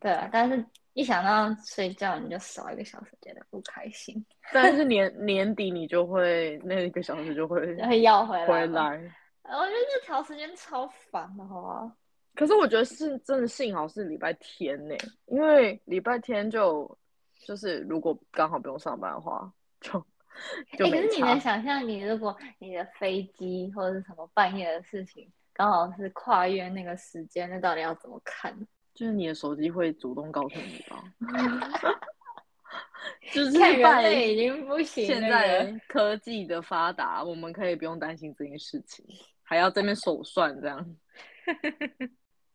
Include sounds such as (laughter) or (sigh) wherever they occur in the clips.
对啊，但是一想到睡觉你就少一个小时，觉得不开心，但是年年底你就会那一个小时就会然后要回来。呃回。来。我觉得这调时间超烦的，好吧？可是我觉得是真的，幸好是礼拜天呢、因为礼拜天就就是如果刚好不用上班的话，就就欸可没是你能差。想象，你如果你的飞机或者是什么半夜的事情，刚好是跨越那个时间，那到底要怎么看？就是你的手机会主动告诉你吧， (laughs) 就是看人拜类已经不行现那在个科技的发达，我们可以不用担心这件事情，还要这边手算这样，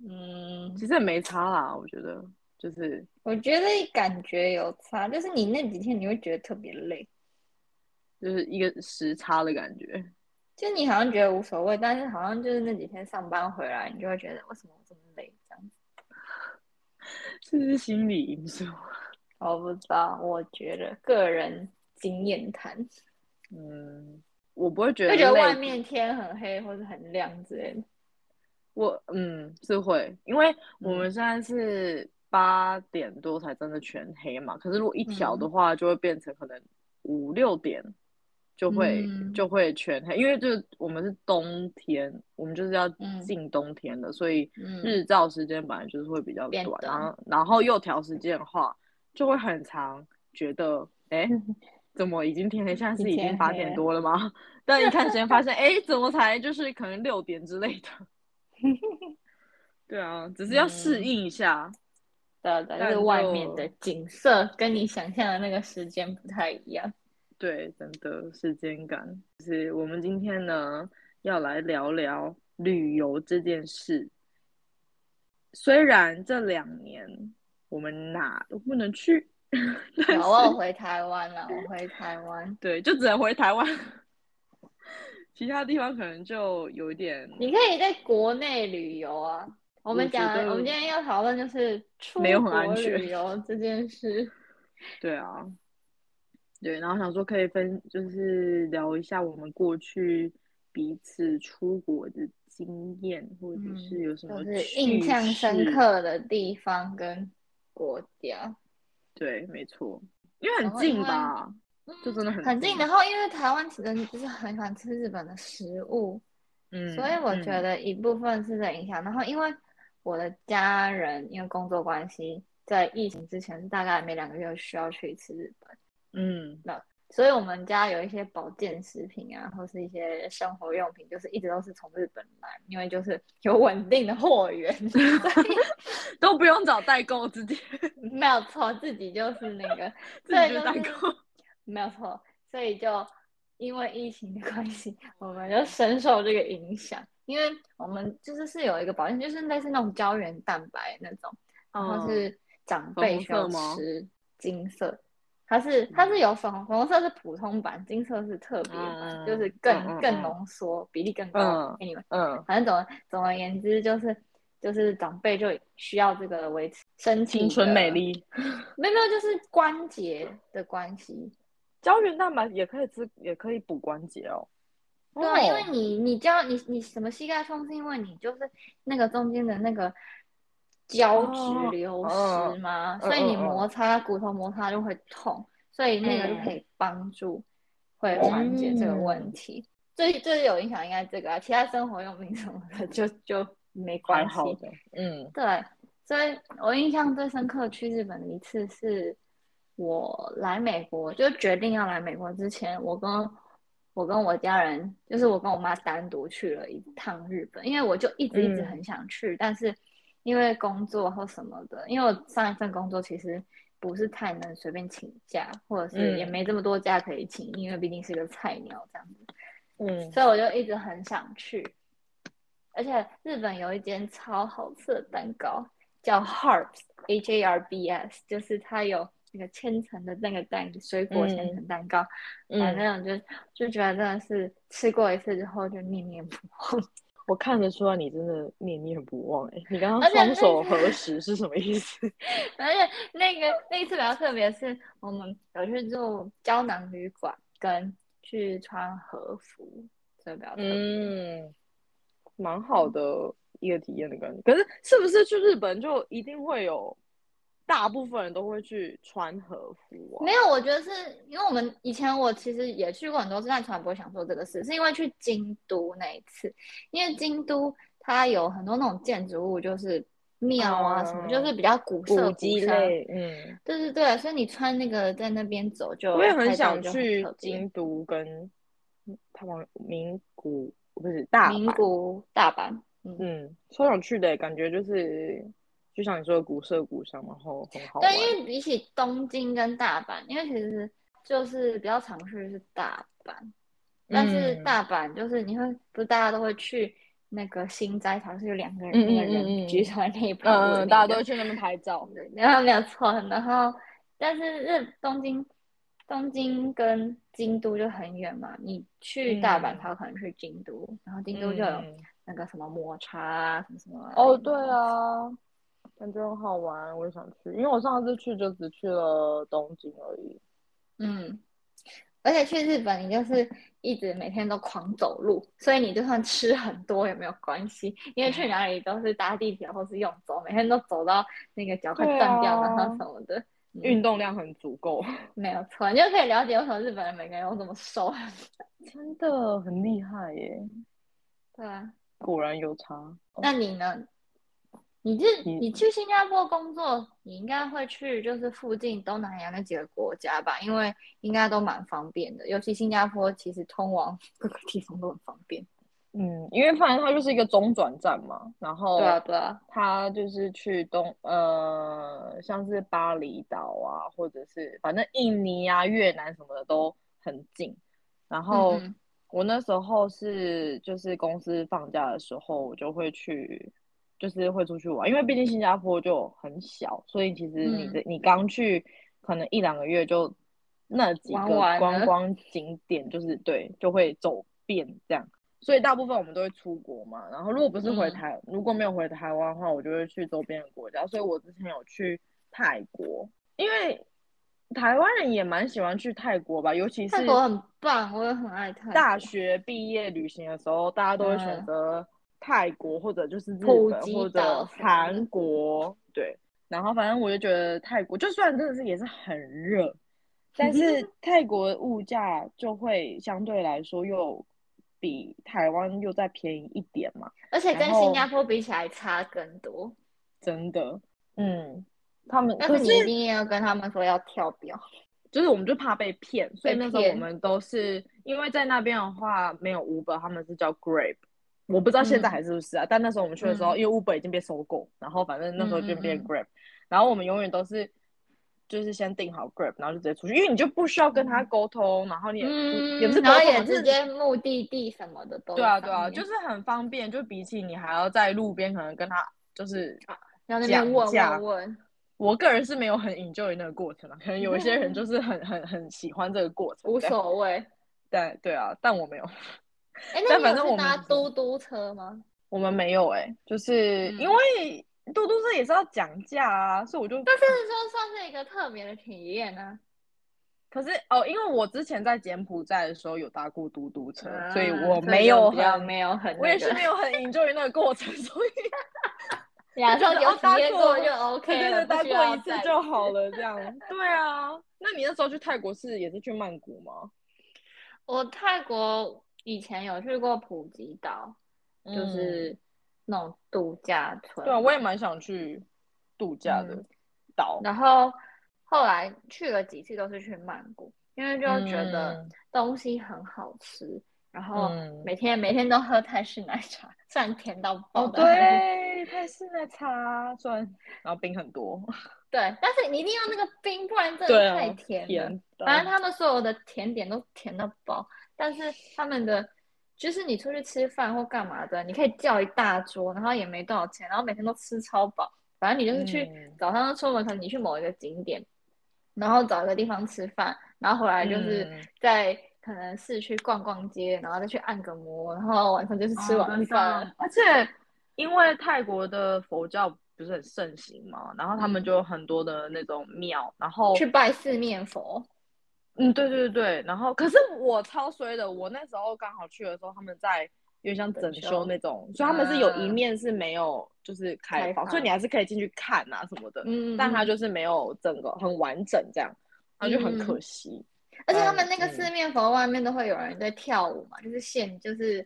嗯，其实也没差啦，我觉得就是我觉得感觉有差，就是你那几天你会觉得特别累，就是一个时差的感觉。就你好像觉得无所谓，但是好像就是那几天上班回来，你就会觉得为什么我这么累这样子。这是心理因素。我不知道，我觉得个人经验谈，嗯，我不会觉得就觉得累外面天很黑或者很亮之类的。我嗯是会，因为我嗯们现在是八点多才真的全黑嘛。可是如果一条嗯的话，就会变成可能五六点就会、嗯就会全黑，因为就是我们是冬天，我们就是要嗯进冬天的，所以嗯，日照时间本来就是会比较变短，短嗯然后然后又调时间的话，就会很长，觉得 (laughs) 哎。怎么已经天黑？现在是已已经经八黑点了多了吗？ (laughs) 但一看时间，发 (laughs) 现哎，诶怎么才就是可能六点之类的。对啊，只是要适嗯应一下。对啊对，就但是就外面的景色跟你想象的那个时间不太一 (laughs) 样。对，真的时间感。就是我们今天呢，要来聊聊旅游这件事。虽然这两年我们哪都不能去，但有，我有是回台湾了，我回台湾。对，就只能回台湾， (laughs) 其他地方可能就有一点你可以在国内旅游啊。我们我觉讲，得我们今天要讨论就是出没有很安国全旅游这件事。对啊，对，然后想说可以分，就是聊一下我们过去彼此出国的经验，或者嗯是有什就么是印趣象深事。刻的地方跟国家，对，没错，因为然很后因近为嗯吧，就真的很很近。近。然后因为台湾其实就是很喜欢吃日本的食物，嗯，所以我觉嗯得一部分是这影响。然后因为我的家人因为工作关系，在疫情之前是大概每两个月需要去一次日本，嗯所以我们家有一些保健食品啊，或是一些生活用品，就是一直都是从日本来，因为就是有稳定的货源， (laughs) 所以都不用找代购，直接没有错，自己就是那个， (laughs) 自对己就就代是购。 (laughs) 没有错，所以就因为疫情的关系，我们就深受这个影响。因为我们就是是有一个保健，就是类似那种胶原蛋白那种， (laughs) 然后嗯是长粉辈红需要色吗嗯吃金色，它是它是有粉红，粉红色是普通版，金色是特别版，嗯就是嗯更、嗯嗯更浓缩，比例更高。嗯 anyway，嗯，反正总而总而言之就是就是长辈就需要这个维持身体青春美的，丽，没有没有，就是关节的关系。胶原蛋白也可以吃，也可以补关节哦。对啊，因为哦你你知道你你什么膝盖痛，是因为你就是那个中间的那个胶质哦流嗯失嘛，嗯所以你嗯嗯摩擦骨头摩擦就会痛，所以那个就可以帮助会缓解这个问嗯题。最最有影响应该这个啊，其他生活用品什么的就就没还关系。好的，嗯对，所以我印象最深刻去日本的一次是，我来美国，就决定要来美国之前，我跟我跟我家人，就是我跟我妈单独去了一趟日本，因为我就一直一直嗯很想去，但是因为工作或什么的，因为我上一份工作其实不是太能随便请假，或者是也嗯没这么多假可以请，因为毕竟是个菜鸟这样子。嗯，所以我就一直很想去。而且日本有一间超好吃的蛋糕，叫 Harbs H A R B S，就是它有那个千层的那个蛋，水果千层蛋糕，嗯反正我就就觉得真的是吃过一次之后就念念不忘。我看得出来你真的念念不忘哎、你刚而刚且哦啊那双手合十是什么意思？而且那个那一次比较特别，是我们有去住胶囊旅馆，跟去穿和服，所以比较特别。嗯，蛮好的一个体验的感觉。可是是不是去日本就一定会有大部分人都会去穿和服啊。没有，我觉得是因为我们以前我其实也去过很多次，但从来不会想做这个事，是因为去京都那一次，因为京都它有很多那种建筑物，就是庙啊什么，嗯就是比较古色古迹香。类，嗯，对对对，所以你穿那个在那边走就，我也很拍照想就去特别京都跟他们名古不是大名阪，古大阪，嗯，嗯，超想去的感觉就是，就像你说的古色古香，然后很好玩。对，因为比起东京跟大阪，因为其实就是比较常去的是大阪，但是嗯大阪就是你会不是大家都会去那个新斋堂，是有两个人、嗯那个嗯嗯人嗯举手在那一排位那嗯，大家个都会去那边拍照。然后没有错，然后但是日东京东京跟京都就很远嘛，你去大阪嗯才有可能去京都，然后京都就有嗯那个什么抹茶啊，什么什么哦，对，啊，感觉很好玩，我也想去。因为我上次去就只去了东京而已。嗯，而且去日本，你就是一直每天都狂走路，所以你就算吃很多也没有关系，因为去哪里都是搭地铁或是用走，每天都走到那个脚快对断掉，然啊后什么的，嗯运动量很足够， (laughs) 没有错，你就可以了解为什么日本人每个人都这么瘦。真的很厉害耶！对啊，果然有差。那你呢？你是你你去新加坡工作，你应该会去就是附近东南亚那几个国家吧，因为应该都蛮方便的，尤其新加坡其实通往 (laughs) 各个地方都很方便。嗯，因为反正它就是一个中转站嘛，然后对啊，对啊。它就是去东呃，像是巴厘岛啊，或者是反正印尼啊、越南什么的都很近。然后嗯嗯我那时候是就是公司放假的时候，我就会去，就是会出去玩，因为毕竟新加坡就很小，所以其实你嗯的、你刚去可能一两个月就那几玩个完观了光景点，就是对，就会走遍这样。所以大部分我们都会出国嘛。然后如果不是回嗯台，如果没有回台湾的话，我就会去周边的国家。所以我之前有去泰国，因为台湾人也蛮喜欢去泰国吧，尤其是泰国很棒，我也很爱泰国。大学毕业旅行的时候，大家都会选嗯择泰国或者就是日普本吉或者岛什么的韩国，对。然后反正我就觉得泰国，就算真的是也是很热，但嗯是泰国的物价就会相对来说又比台湾又再便宜一点嘛，而且跟然后新加坡比起来差更多。真的。嗯，他们但可是你一定要跟他们说要跳表。就是我们就怕被骗，所以被那时候我骗们都是因为在那边的话没有 Uber，他们是叫 Grab，我不知道现在嗯还是不是啊，但那时候我们去的时候，嗯因为 Uber 已经被收购，然后反正那时候就变嗯嗯嗯 Grab，、然后我们永远都是就是先订好 Grab，然后就直接出去，因为你就不需要跟他沟通，然后你也、嗯，也不是沟然后通，也反正直接目的地什么的都对啊对啊，就是是很方便，就比起你还要在路边可能跟他就是要那讲边问价问问。我个人是没有很 enjoy 那个过程嘛，啊可能有一些 (laughs) 人就是很很很喜欢这个过程，无对所谓。但对啊，但我没有，哎，但那你反正有我去们搭嘟嘟车吗？我们没有哎、就是嗯因为嘟嘟车也是要讲价啊，所以我就 (laughs) 但是说算是一个特别的体验 (laughs) 啊。可是哦，因为我之前在柬埔寨的时候有搭过嘟嘟车，啊所以我就没有比较很，没有很那个，我也是没 (laughs) 有很 enjoy 那个过程，所以亚洲就是有哦搭体验过过就 (laughs) 对 OK 对了，对，不搭需要过一次再就好了，这样对啊。那你那时候去泰国是也是去曼谷吗？我泰国以前有去过普吉岛，就嗯是那种度假村。对啊，我也蛮想去度假的嗯岛，然后后来去了几次都是去曼谷，因为就觉得嗯东西很好吃，然后嗯每天每天都喝泰式奶茶，虽然甜到爆哦的，但是对，泰式奶茶，虽然然后冰很多，对，但是你一定要那个冰，不然真对的啊太甜了。到反正他们所有的甜点都甜到爆，但是他们的就是你出去吃饭或干嘛的，你可以叫一大桌，然后也没多少钱，然后每天都吃超饱。反正你就是去、嗯早上出门，可能你去某一个景点，然后找一个地方吃饭，然后回来就是嗯在可能市区逛逛街，然后再去按个摩，然后晚上就是哦吃晚哦饭。而且因为泰国的佛教不是很盛行嘛，然后他们就有很多的那种庙，然后嗯去拜四面佛，嗯，对对对，然后可是我超衰的，我那时候刚好去的时候，他们在有点像整整修修那种，所以他们是有一啊面是没有就是开开放，所以你放还是可以进去看啊什么的，嗯，但它就就是没有整个很完整这样，然后就很嗯嗯可惜。而且他们那个嗯四面佛外面都会有人在跳舞嘛，就是现就是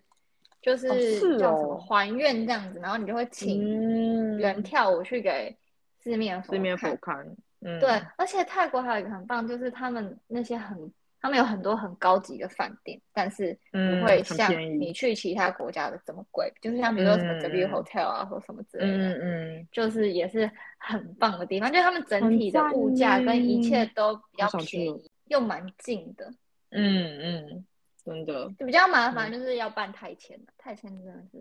就哦是是叫什哦么还愿这样子，然后你就会请嗯人跳舞去给四面佛四面看佛龛，嗯，对，而且泰国还有一个很棒，就是他们那些很，他们有很多很高级的饭店，但是嗯不会很像便宜你去其他国家的这么贵，就是像比如说什么 W 嗯 Hotel 啊，或什么之类的，嗯嗯就是也是很棒的地方，就是他们整很体的赞物价跟一切呢都比较好想去便哦宜，又蛮近的，嗯嗯，真的，比较麻嗯烦就是要办泰签了，泰签真的是，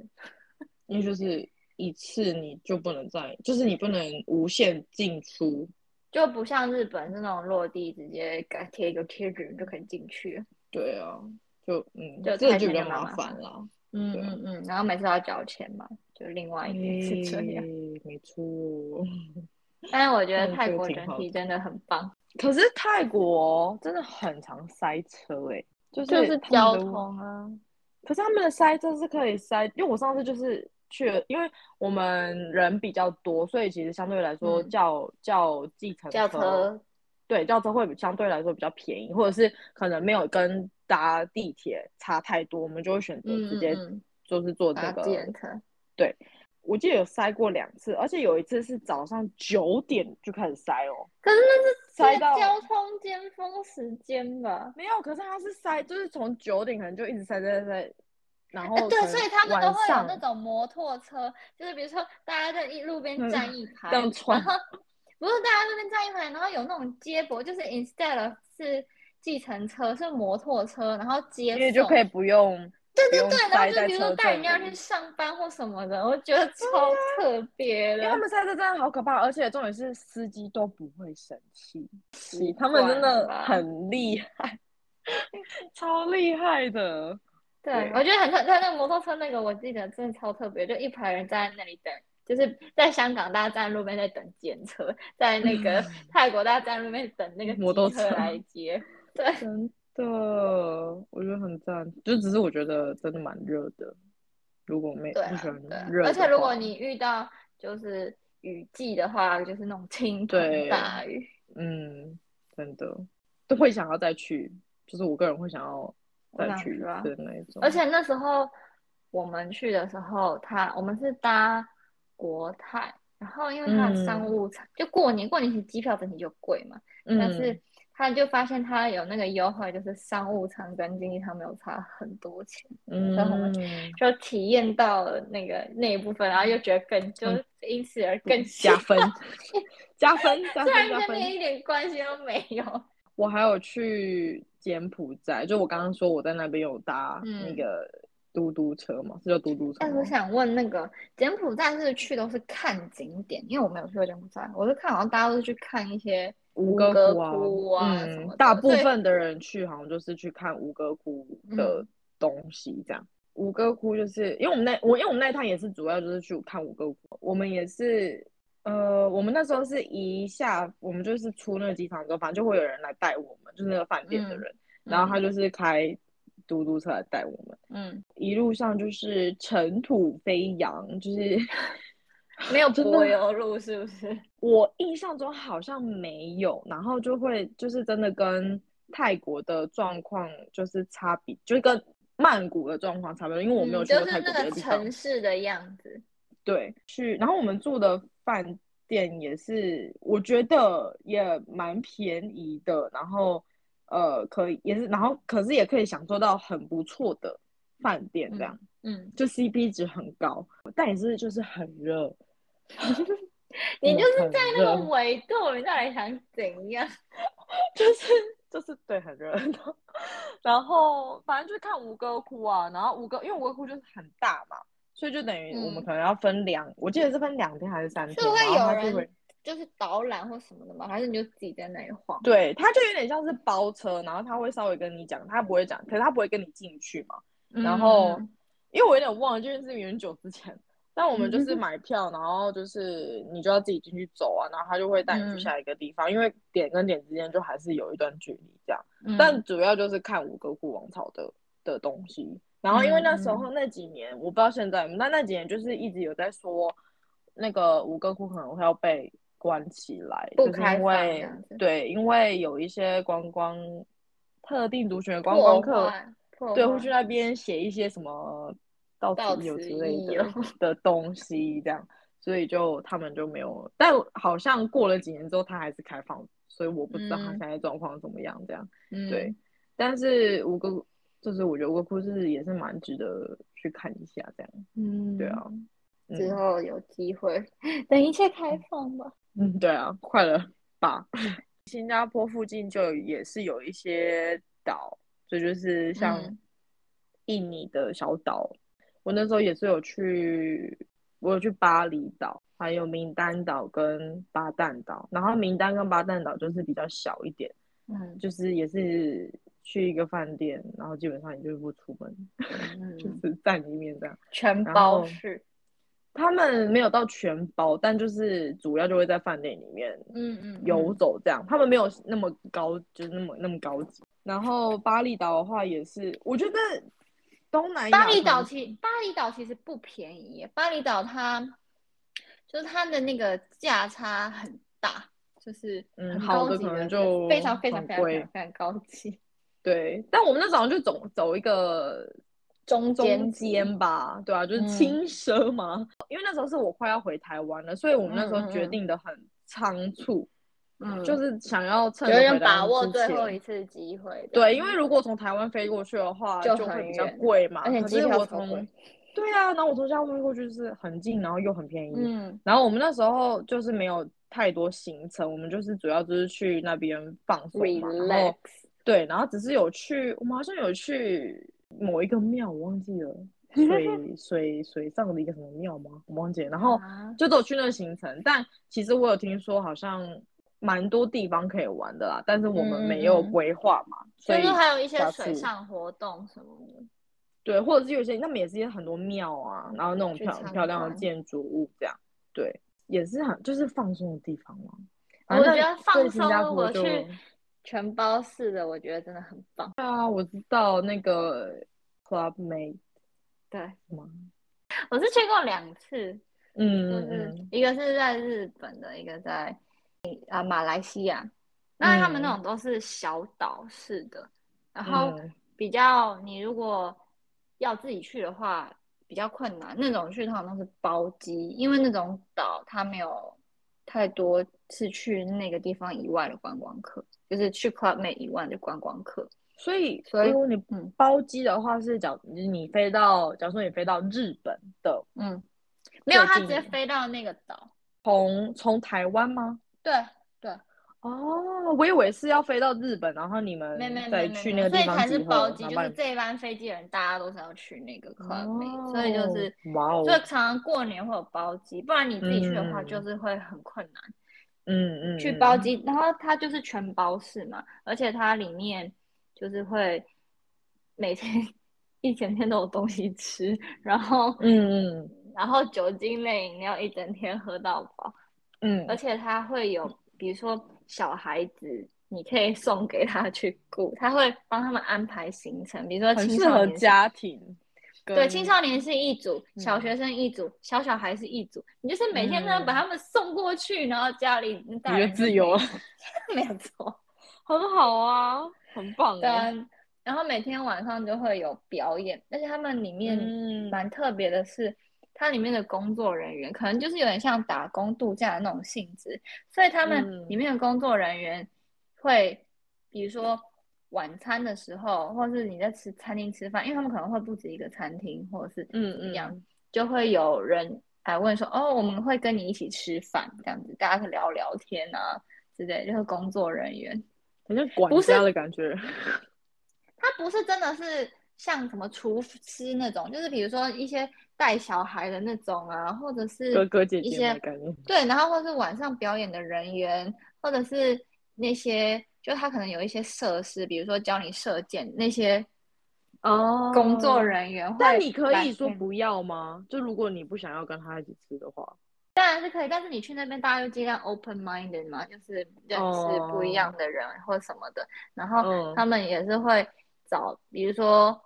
因为就是一次你就不能再，就是你不能无限进出，就不像日本是那种落地直接给贴一个贴纸就可以进去，对啊，就嗯，就这个太就比便宜较了麻嘛烦啦。嗯对啊嗯嗯，然后每次都要交钱嘛，就另外一件事这样。诶没错。但是我觉嗯得泰这个国挺整好体的真的很棒，可是泰国真的很常塞车诶、就是就是他们交的通啊，可是他们的塞车是可以塞，因为我上次就是去了，因为我们人比较多，所以其实相对来说嗯叫、叫计程轿哦车，对，叫车会比相对来说比较便宜，或者是可能没有跟搭地铁差太多，我们就会选择嗯直接嗯嗯就是坐这搭个。电车，我记得有塞过两次，而且有一次是早上九点就开始塞哦，可是那是塞在到交通尖峰时间吧？没有，可是他是塞，就是从九点可能就一直塞塞塞塞，然后哎，对可，能所以他们都晚会有上那种摩托车，就是比如说大家在一路边嗯站一排，这样穿然后不是大家这边站一排，然后有那种接驳，就是 instead of 是计程车是摩托车，然后接因送，为就可以不用。对不对用对，然塞后在就比如说车带人阵家里去上班或什么的，我觉得超特别因的为。他们塞车真的好可怕，而且重点是司机都不会生气，习他们真惯的了吧很厉害， (laughs) 超厉害的。对对，我觉得很特，他那个摩托车那个，我记得真的超特别，就一排人站在那里等，就是在香港大家站路边在等检车，在那个泰国大家站路边等那个嗯摩托机车车来接。对，真的，我觉得很赞。就只是我觉得真的蛮热的，如果没对不啊喜欢对啊热的话，而且如果你遇到就是雨季的话，就是那种倾对盆大雨。嗯，真的都会想要再去，就是我个人会想要我再想去一去啊次的那一种。而且那时候我们去的时候，他我们是搭国泰，然后因为它的商嗯务舱、就过年，过年其实机票整体就贵嘛，但是嗯，他就发现他有那个优惠，就是商务舱跟经济舱没有差很多钱，嗯，所以我们就体验到了那个那一部分，然后又觉得更就嗯因此而更喜加欢， (laughs) 分，加分，加虽然分，加跟分。嗯那一点关系都没有。我还有去柬埔寨，就我刚刚说我在那边有搭嗯那个嘟嘟车嘛，是叫嘟嘟车 (laughs) 但吗我想问那个柬埔寨是去都是看景点，因为我没有去过柬埔寨，我是看好像大家都是去看一些吴哥哥窟啊，啊什嗯么的，大部所以分的人去好像就是去看吴哥窟的嗯东西这样。吴哥窟就是因为我们那我因为我们那一趟也是主要就是去看吴哥窟，我们也是呃，我们那时候是一下我们就是出那个机场之后，反正就会有人来带我们，就是那个饭店的嗯人，然后他就是开嘟嘟车来带我们。嗯一路上就是尘土飞扬，就是 (laughs) 没有真的柏油路是不是？我印象中好像没有，然后就会就是真的跟泰国的状况就是差比，就跟曼谷的状况差不多，因为 (laughs) 我没有嗯去就过是泰国那别的个地方。城市的样子，对，去，然后我们住的饭店也是，我觉得也蛮便宜的，然后呃，可以也是，然后可是也可以享受到很不错的饭店这样。嗯，就 CP 值很高，但也是就是很热。你真的就是很在那热个纬度，你到底想怎样？ (laughs) (laughs) 就是就是对很热， (laughs) 然后然后反正就是看吴哥窟啊，然后吴哥因为吴哥窟就是很大嘛，所以就等于我们嗯可能要分两，我记得是分两天还是三天，是会有然后它就人会就是导览或什么的吗？还是你就自己在那里晃？对，它就有点像是包车，然后他会稍微跟你讲，他不会讲，可是他不会跟你进去嘛，然后嗯因为我有点忘了，就是有点久之前，但我们就是买票，然后就是你就要自己进去走啊，然后他就会带你去嗯下一个地方，因为点跟点之间就嗯还是有一段距离这样。但主要就是看五个古王朝的的东西，然后因为嗯那时嗯候那几年，我不知道现在，那那几年就是一直有在说，那个五个库可能会要被关起来，不就是开因放啊这为样子对，因为有一些观光特定族群的观光客，破坏，对，破会去坏那边写一些什么到到此一游此之类一的游 (laughs) 的东西，这样，所以就他们就没有，但好像过了几年之后，它还是开放，所以我不知道它嗯现在状况怎么样，这样。嗯对但是五个就是我觉得五个故事也是蛮值得去看一下，这样。嗯，对啊，嗯之后有机会，等一切开放吧。嗯，对啊，快了吧？ (laughs) 新加坡附近就也是有一些岛，这就是像嗯印尼的小岛。我那时候也是有去，我有去巴厘岛，还有名丹岛跟巴淡岛。然后名丹跟巴淡岛就是比较小一点，嗯就是也是去一个饭店，然后基本上你就是不出门，就嗯，是在里面这样。全然包后式，他们没有到全包，但就是主要就会在饭店里面嗯嗯，游嗯走这样，他们没有那么高，就是那么那么高级。然后巴厘岛的话也是，我觉得东南亚巴厘岛城市其巴厘岛其实不便宜耶，巴厘岛它就是它的那个价差很大，就是嗯很好高的级可能是就非常非常很非常非贵常非常高级，对，但我们那种就走走一个中中值间吧，对啊，就是嗯轻奢嘛。因为那时候是我快要回台湾了，所以我们那时嗯嗯候决嗯定的很仓促，嗯，就是想要趁有着点回台把湾握之最前后一次机会这样子。对，因为如果从台湾飞过去的话，就就会很比较远贵嘛。而且可机是票我超从贵对啊，然后我从新加坡飞过去就是很近，然后又很便宜。嗯然后我们那时候就是没有太多行程，我们就是主要就是去那边放松嘛。然，relax，后对，然后只是有去，我们好像有去某一个庙，我忘 (laughs) 记了水水水上的一个什么庙吗？我忘记了。然后啊就走去那个行程，但其实我有听说好像蛮多地方可以玩的啦，但是我们没有嗯嗯嗯规划嘛，所就以是还有一些下水次上活动什么的。对，或者是有些那边也是有很多庙啊，然后那种去漂参漂亮的观建筑物这样，对，也是很就是放松的地方嘛。我反正觉得对放啊新加松，坡我就去全包式的，我觉得真的很棒。啊，我知道那个 Club Mate 对，吗？我是去过两次，就嗯是嗯一个是在日本的，一个在啊马来西亚。那他们那种都是小岛式的，然后嗯比较你如果要自己去的话比较困难，那种去通常都是包机，因为那种岛它没有太多是去那个地方以外的观光客，就是去 Club Med 以外的观光客。所以所以如果你嗯包机的话是假，你飞到，假如说你飞到日本的，嗯，没有，最它直近接飞到那个岛。从从台湾吗？对对，哦，我以为是要飞到日本，然后你们没没再没没去没那个所以地方才集是合，包机，然后就把是你这一班飞机的人大家都是要去那个 club meet，所以就哦是，哇哦，所以常常过年会有包机，不然你自己去的话嗯就嗯是会很困难。嗯嗯，去嗯包，机，然后它就是全包式嘛，而且它里面就是会每天一整天都有东西吃，然后嗯嗯然后酒精类饮料一整天喝到饱，嗯，而且它会有，比如说小孩子，你可以 (laughs) 送给他去顾，他会帮他们安排行程，比如说很青适少合年是家庭，对，青少年是一组，小嗯学生一组，小小孩是一组，你就是每天都要把嗯他们送过去，然后家里大你就人自是由了，没 (laughs) 没有错，很好啊，很棒对啊哎，，然后每天晚上就会有表演，而且他们里面嗯蛮特别的是，它里面的工作人员可能就是有点像打工度假的那种性质，所以他们嗯里面的工作人员会，比如说晚餐的时候，或是你在吃餐厅吃饭，因为他们可能会不止一个餐厅，或者是嗯一样嗯，就会有人来问说，哦，我们会跟你一起吃饭这样子，大家可以聊聊天啊之类，就是工作人员。很像管不是家的感觉，它不是真的是像什么厨师那种，就是比如说一些带小孩的那种啊，或者是哥哥姐一姐们些的概念，对，然后或是晚上表演的人员，或者是那些就他可能有一些设施，比如说教你射箭那些哦工作。人员会来，但你可以说不要吗？就如果你不想要跟他一起吃的话，当然是可以，但是你去那边，大家就尽量 open minded 嘛，就是认识不一样的人或什么的。然后嗯他们也是会找，比如说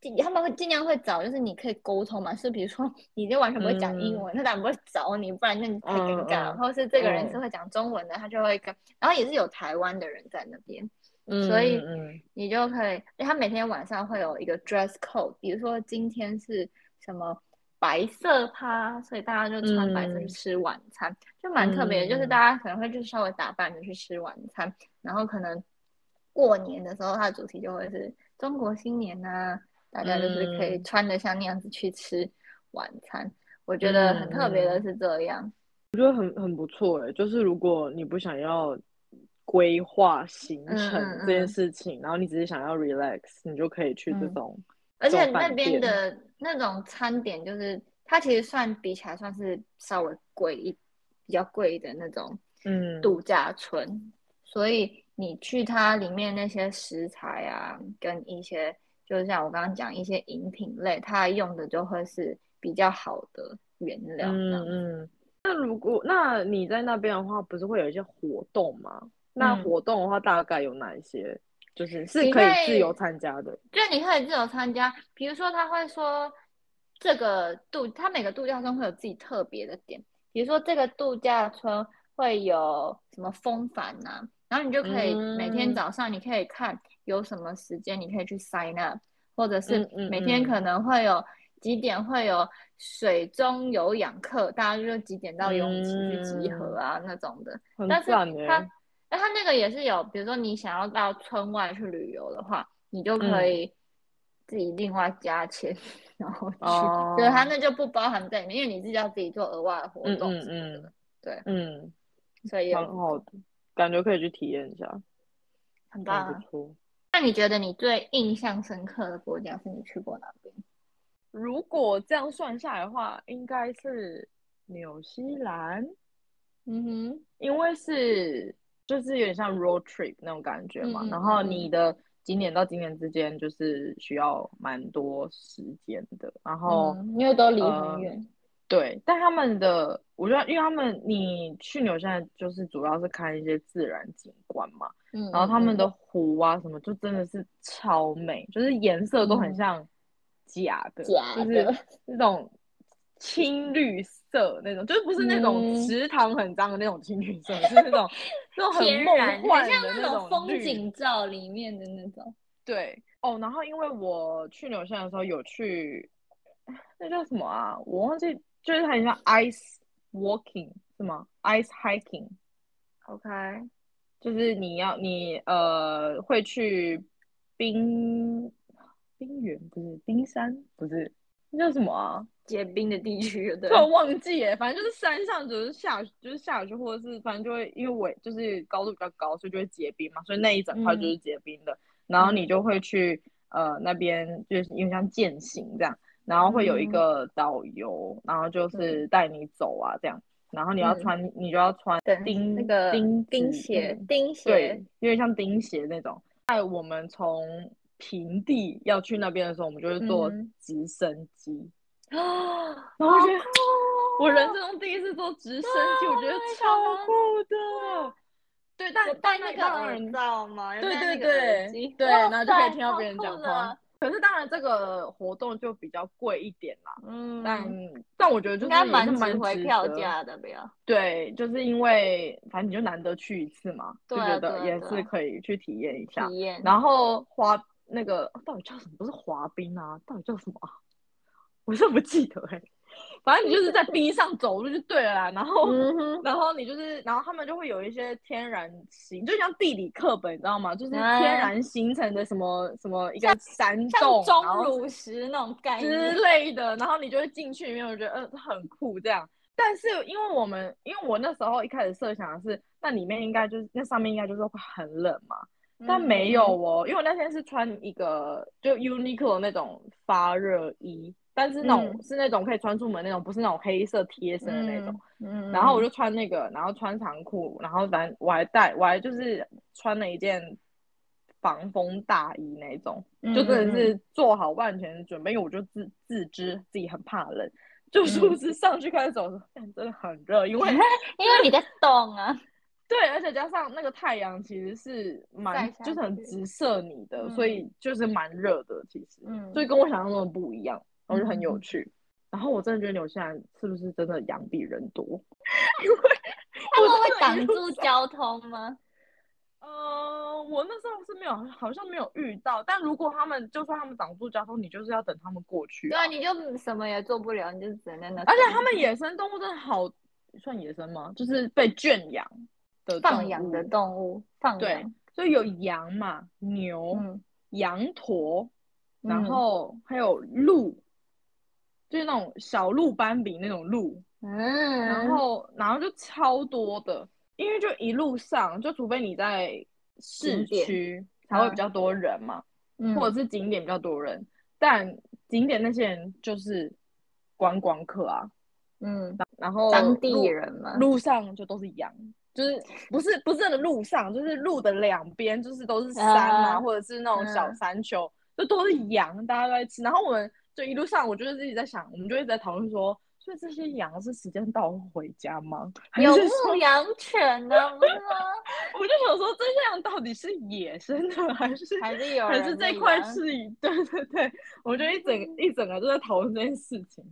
尽他们会尽量会找，就是你可以沟通嘛，是比如说你就完全不会讲英文，那当然不会找你，不然那你太尴尬了。嗯嗯嗯或是这个人嗯是会讲中文的，他就会跟，然后也是有台湾的人在那边，嗯，所以嗯你就可以，因为他每天晚上会有一个 dress code，比如说今天是什么白色趴，所以大家就穿白色去嗯吃晚餐，就蛮特别的。就是嗯大家可能会就是稍微打扮着去吃晚餐，然后可能过年的时候，它的主题就会是中国新年呐、大家就是可以嗯穿的像那样子去吃晚餐。我觉得很特嗯别的是这样，很很不错哎，就是如果你不想要规划行程嗯嗯嗯这件事情，然后你只是想要 relax，你就可以去这种，而且这种那饭边店的那种餐点，就是它其实算比起来算是稍微贵一比较贵的那种嗯，度假村，所以你去它里面那些食材啊，跟一些就像我刚刚讲一些饮品类，它用的就会是比较好的原料这样。嗯嗯。那如果那你在那边的话，不是会有一些活动吗？那嗯活动的话，大概有哪一些？就是是你可以可以自由参加的。就你可以自由参加，比如说他会说这个度，他每个度假村会有自己特别的点，比如说这个度假村会有什么风帆呐、然后你就可以嗯每天早上你可以看有什么时间你可以去 sign up，或者是嗯嗯每天嗯可能会有几点会有水中有氧课，大家就几点到游泳池去集合嗯啊、那种的。很但是赞它哎，，但它那个也是有，比如说你想要到村外去旅游的话，你就可嗯以自己另外加钱， (laughs) 然后去，哦就是它那就不包含在里面，因为你自己要自己做额外的活嗯动嗯什么的，嗯，对，嗯，所以也蛮好的，感觉可以去体验一下，很棒很啊。不错。那你觉得你最印象深刻的国家是你去过哪边？如果这样算下来的话，应该是纽西兰，嗯哼，因为是就是有点像 road trip 那种感觉嘛。嗯嗯然后嗯嗯你的景点到景点之间就是需要蛮多时间的。然后、嗯，因为都离呃很远，对，但他们的我觉得，因为他们你去纽西兰就是主要是看一些自然景观嘛，嗯，然后他嗯嗯们的湖啊什么就真的是超美，就是颜色都很嗯像假的，假就是的，那种青绿色那种，就是不是那种嗯池塘很脏的那种青绿色，是那 (laughs) 种那种很天梦然，幻很像的那种风绿。景照里面的那种，对哦，然后因为我去纽西兰的时候有去，那叫什么啊？我忘记，就是它很像 ice walking 是吗？ice hiking。 OK，就是你要你呃会去冰冰原不是冰山不是那叫什么啊？结冰的地区，对突然忘记耶，反正就是山上就是下就是下雪，或者是反正就会因为我就是高度比较高，所以就会结冰嘛，所以那一整块就是嗯结冰的。然后你就会去呃那边就是因为像践行这样，然后会有一嗯个导游，然后就是带你走啊这样，然后你要嗯穿你就要穿等钉那个钉钉子鞋嗯，钉对鞋，，有点像钉鞋那种。在我们从平地要去那边的时候，我们就会坐嗯直升机，啊，然后我觉得好酷我人哦生中第一次坐直升啊机，我觉我得也想超要酷的。对，但有戴但那那个当耳然，罩吗？有对戴对那个耳对机对， (laughs) 哇然后就可塞以听到超别人酷讲的话。可是当然，这个活动就比较贵一点啦。嗯，但但我觉得就应是哎也该是蛮值蛮回值票得价的，不要，对，就是因为反正你就难得去一次嘛，就对啊对觉得啊也对是啊可以去体验一下。体验，然后滑那个哦到底叫什么？不是滑冰啊，到底叫什么啊？ (laughs) 我是不记得哎、反正你就是在冰上走路就对了啦。然后，嗯哼，然后你就是，然后他们就会有一些天然形，就像地理课本，你知道吗？就是哎天然形成的什么什么一个山像洞，钟然后乳石那种概之念，类的，然后你就会进去里面，我觉得嗯、很酷这样。但是因为我们，因为我那时候一开始设想的是，那里面应该就是那上面应该就是会很冷嘛，嗯但没有哦，因为我那天是穿一个就 Uniqlo 那种发热衣，但是那种、嗯是那种可以穿出门那种，不是那种黑色贴身的那种。嗯，嗯，然后我就就穿那个，然后穿长裤，然后反正我还带，我还就是穿了一件防风大衣那种，嗯就真的是做好万全的准备，因为我就自自知自己很怕冷， (laughs) 就殊不知上去开始走的时候，干真的很热，因为因为你在动啊，对，而且加上那个太阳其实是蛮晒下就是很去直射你的，嗯所以就是蛮热的，其实，嗯所以跟我想象中的不一样，然后就很有嗯趣。然后我真的觉得纽西兰是不是真的羊比人多？他们会我真的挡有住交通啊吗？呃，我那时候是没有，好像没有遇到。但如果他们就算他们挡住交通，你就是要等他们过去对啊、啊，你就什么也做不了，你就只能在那。 (laughs) 而且他们野生动物真的好，算野生吗？就是被圈养的放动养物的动物，放对养，所以有羊嘛、牛、嗯，羊驼，然嗯后还有鹿，就是那种小鹿斑比那种鹿，嗯，然后然后就超多的，因为就一路上，就除非你在市景点区才会嗯比较多人嘛。嗯或者是景点比较多人，但景点那些人就是观光客啊，嗯，然后当地路人嘛，路上就都是羊，就是不是不是真的路上，就是路的两边就是都是山啊，啊或者是那种小嗯山丘，就都是羊，大家都在吃。然后我们就一路上，我就是自己在想，我们就一直在讨论说，所以这些羊是时间到回家吗？还有是牧说羊犬的，不是吗？我就想说，这些羊到底是野生的还是还 (laughs) 是有可人是的嗯这块羊是以，对对对，我就一整一整个都在讨论这件事情，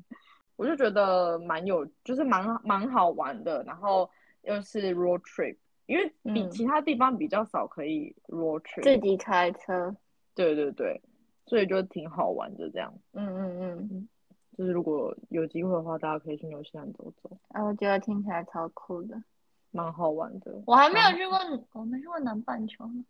我就觉得蛮有，就是蛮蛮好玩的，然后又是 road trip，因为比嗯其他地方比较少可以 road trip，、自己开车，对对对，所以就挺好玩的这样。嗯嗯嗯，就是如果有机会的话，大家可以去纽西兰走走，啊，我觉得听起来超酷的。蛮好玩的。我还没有啊去过，我没去过南半球呢，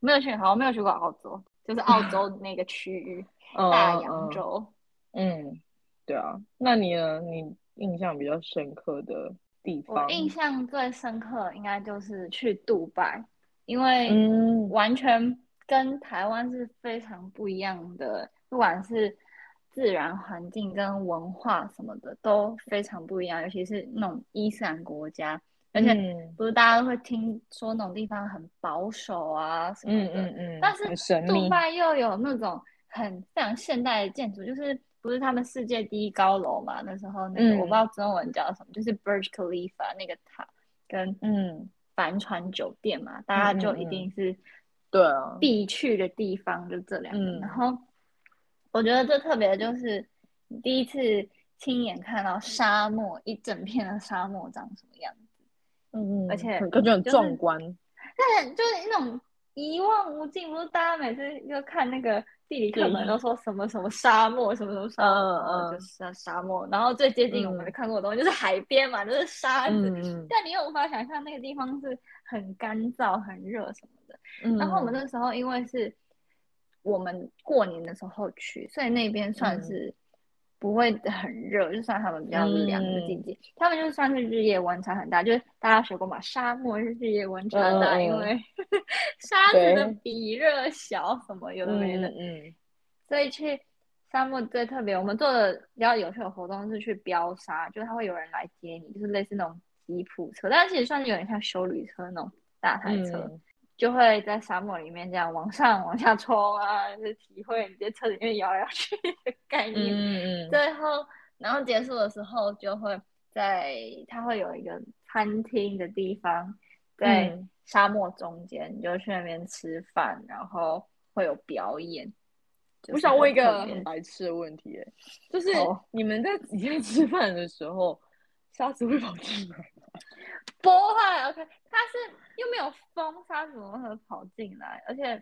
没有去，好，我没有去过澳洲，就是澳 (laughs) 洲那个区域，大洋嗯洲。嗯，嗯对啊。那你呢？你印象比较深刻的地我方？印象最深刻应该就是去杜拜，因为嗯，完全跟台湾是非常不一样的，不管是自然环境跟文化什么的都非常不一样，尤其是那种伊斯兰国家，而且嗯不是大家都会听说那种地方很保守啊什么嗯的，嗯嗯，但是很神秘杜，拜又有那种很非常现代的建筑，就是不是他们世界第一高楼嘛？那时候那个、嗯我不知道中文叫什么，就是 Burj Khalifa 那个塔跟嗯，帆船酒店嘛，大家就一定是对啊，必去的地方，就这两个。嗯然后我觉得最特别的就是你第一次亲眼看到沙漠一整片的沙漠长什么样子。嗯嗯，而且很感觉很就是壮观，但就是那种一望无际，不是大家每次就看那个地理课本嗯都说什么什么沙漠，什么什么沙漠，嗯然后嗯就是沙漠，然后最接近我嗯们看过的东西就是海边嘛，就是沙子。嗯但你又无法想象那个地方是很干燥、很热什么的。嗯，然后我们那时候因为是我们过年的时候去，所以那边算嗯是不会很热，就算他们比较凉的季嗯节，他们就算是日夜温差很大，就是大家学过嘛，沙漠是日夜温差大，嗯嗯因嗯为 (laughs) 沙子的对比热小什么有的没的，嗯所以去沙漠最特别。我们做的比较有趣的活动是去飙沙，就是他会有人来接你，就是类似那种吉普车，但其实算是有点像修旅车那种大台车。嗯，就会在沙漠里面这样往上往下冲啊，就是体会你在车里面摇来摇去的概嗯念。嗯嗯，最后，然后结束的时候就会在它会有一个餐厅的地方，在嗯沙漠中间，你就去那边吃饭，然后会有表演。就我是想问一很特个别哦很白痴的问题，哎就是好你们在底下吃饭的时候，沙子会跑进来？不会，OK，它是又没有风，它怎么会跑进来？而且 (laughs)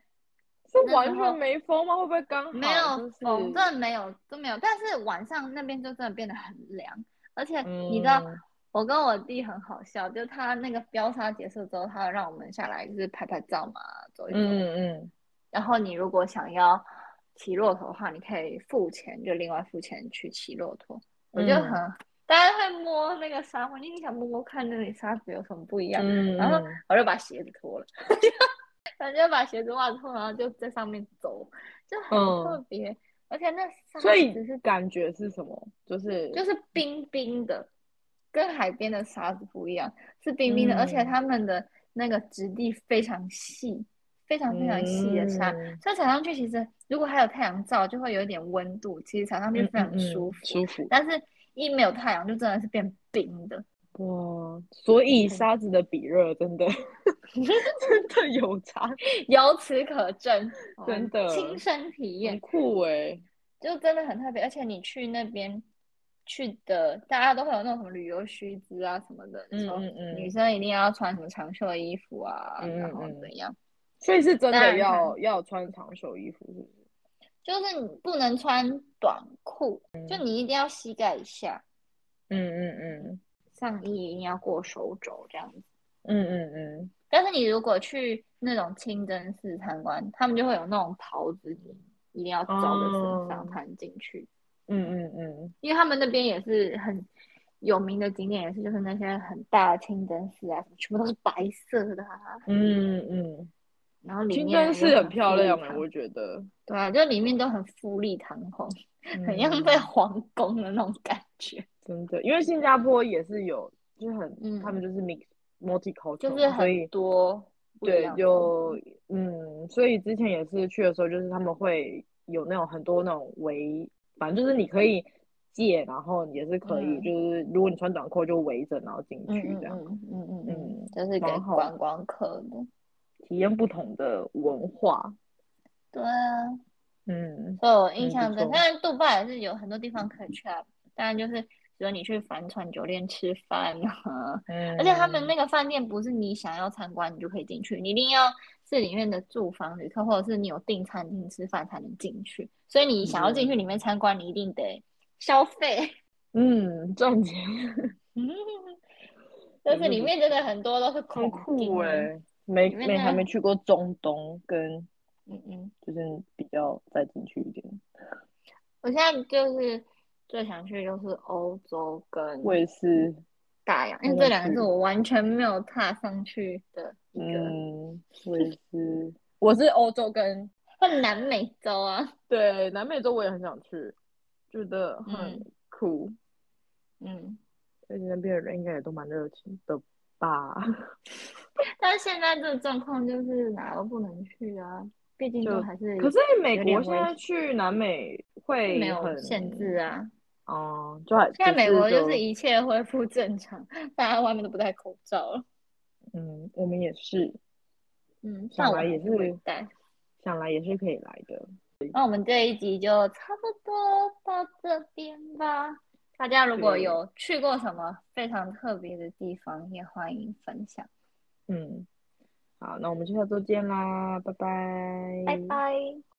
是那时完候全没风吗？会不会刚好没有就是风，真的没有，都没有。但是晚上那边就真的变得很凉，而且你知道，嗯我跟我弟很好笑，就他那个飙沙结束之后，他让我们下来就是拍拍照嘛，走一走。嗯嗯然后你如果想要骑骆驼的话，你可以付钱，就另外付钱去骑骆驼。我就嗯很，大家会摸那个沙漠，你想摸摸看那里沙子有什么不一样，嗯，然后嗯我就把鞋子脱了， (laughs) 我就把鞋子袜子脱了，然后就在上面走，就很嗯特别。而且那沙所以子是感觉是什么？就是就是冰冰的，跟海边的沙子不一样，是冰冰的，而且嗯他们的那个质地非常细，非常非常细的沙，嗯所以踩上去其实如果还有太阳照，就会有一点温度，其实踩上去嗯非常嗯嗯舒服。舒服。但是一没有太阳，就真的是变冰的。 (laughs) 哇，所以沙子的比热真 (laughs) 的真的有差，由此可证，哦真的亲身体验很，酷哎、就真的很特别。而且你去那边去的，大家都会有那种什么旅游须知啊什么的，嗯说嗯嗯女生一定要穿什么长袖衣服啊，嗯嗯然后嗯怎样，所以是真当的然要要穿长袖衣服，是不是？就是你不能穿短裤，就你一定要膝盖以下，嗯嗯上衣一定要过手肘这样子。嗯嗯嗯但是你如果去那种清真寺参观，他们就会有那种袍子，你一定要罩在身哦上才能进去，嗯嗯嗯因为他们那边也是很有名的景点，也是就是那些很大的清真寺啊，全部都是白色的、啊，嗯嗯然后嗯，里清面真寺很漂亮哎、哎、我觉 (laughs) 得，对啊，就里面都很富丽堂皇，很像嗯在皇宫的那种感觉，真的，因为新加坡也是有，就是很，嗯他们就是 mix multicultural，就是哦所很以多不一对样，的有，嗯，所以之前也是去的时候，就是他们会有那种很多那种围，反正就是你可以借，然后也是可以，嗯就是如果你穿短裤就围着，然后进嗯去嗯这样，嗯嗯嗯嗯嗯，就是给蛮好观光客的，体验不同的文化，对啊。嗯所以我印嗯象不中，错但是杜拜也是有很多地方可以去啊。当然就是，比如你去帆船酒店吃饭啊，嗯，而且他们那个饭店不是你想要参观你就可以进去，你一定要是里面的住房旅客，或者是你有订餐厅吃饭才能进去。所以你想要进去里面参观，你一定得消费。嗯赚 (laughs) 钱就是里面真的很多都是恐很酷惊哎、啊，没里面没真的还没去过中东跟嗯嗯。就是比较再进去一点。我现在就是最想去就是欧洲跟我也是，大洋，因我为这也两个是是我完全没有踏上去的一个， (laughs) 嗯，我也是，我是欧洲跟或南美洲啊，对南美洲，我也很想去，觉得很嗯酷，嗯，而且那边的人应该也都蛮热情的吧？但是现在这个状况就是哪都不能去啊，毕竟就都还是可是美有国点现危在去南美会没有很限制啊。哦、就还现在只美国就是就一切恢复正常，大家外面都不戴口罩了，嗯，我们也是嗯，想但我来还也是会是戴。想来也是可以来的。那我们这一集就差不多到这边吧。大家如果对有去过什么非常特别的地方，也欢迎分享。嗯，好，那我们就下周见啦，拜拜，拜拜。